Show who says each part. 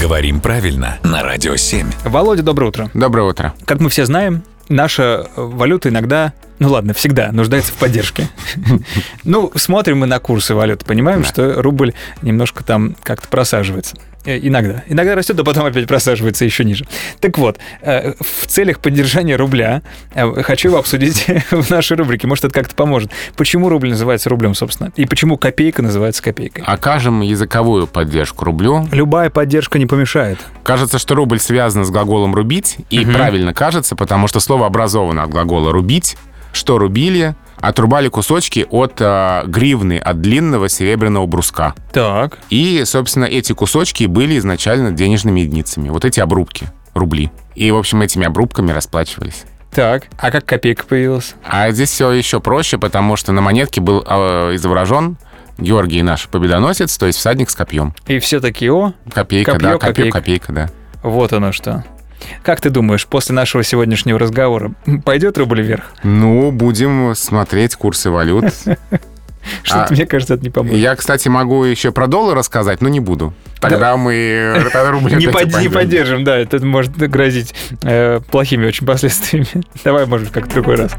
Speaker 1: Говорим правильно на Радио 7.
Speaker 2: Володя, доброе утро.
Speaker 3: Доброе утро.
Speaker 2: Как мы все знаем, наша э, валюта иногда, ну ладно, всегда нуждается в поддержке. Ну, смотрим мы на курсы валют, понимаем,
Speaker 3: Да.
Speaker 2: что рубль немножко там как-то просаживается. Э, Иногда. Иногда растет, а потом опять просаживается еще ниже. Так вот, э, в целях поддержания рубля э, хочу его обсудить в нашей рубрике. Может, это как-то поможет. Почему рубль называется рублем, собственно? И почему копейка называется копейкой?
Speaker 3: Окажем языковую поддержку рублю.
Speaker 2: Любая поддержка не помешает.
Speaker 3: Кажется, что рубль связан с глаголом «рубить», и правильно кажется, потому что слово образовано от глагола «рубить», что рубили, отрубали кусочки от э, гривны, от длинного серебряного бруска.
Speaker 2: Так.
Speaker 3: И, собственно, эти кусочки были изначально денежными единицами. Вот эти обрубки, рубли. И, в общем, этими обрубками расплачивались.
Speaker 2: Так. А как копейка появилась?
Speaker 3: А здесь все еще проще, потому что на монетке был э, изображен Георгий наш победоносец, то есть всадник с копьем.
Speaker 2: И все такие, о,
Speaker 3: Копейка,
Speaker 2: Копье,
Speaker 3: да, копье,
Speaker 2: копейка.
Speaker 3: копейка, да.
Speaker 2: Вот оно что. Как ты думаешь, после нашего сегодняшнего разговора пойдет рубль вверх?
Speaker 3: Ну, будем смотреть курсы валют.
Speaker 2: Что-то
Speaker 3: А,
Speaker 2: мне кажется, это не поможет.
Speaker 3: Я, кстати, могу еще про доллар рассказать, но не буду. Тогда мы тогда рубль
Speaker 2: Не,
Speaker 3: опять
Speaker 2: под- не
Speaker 3: упадет.
Speaker 2: поддержим, да, это может грозить э, плохими очень последствиями. Давай, может, как-то другой раз.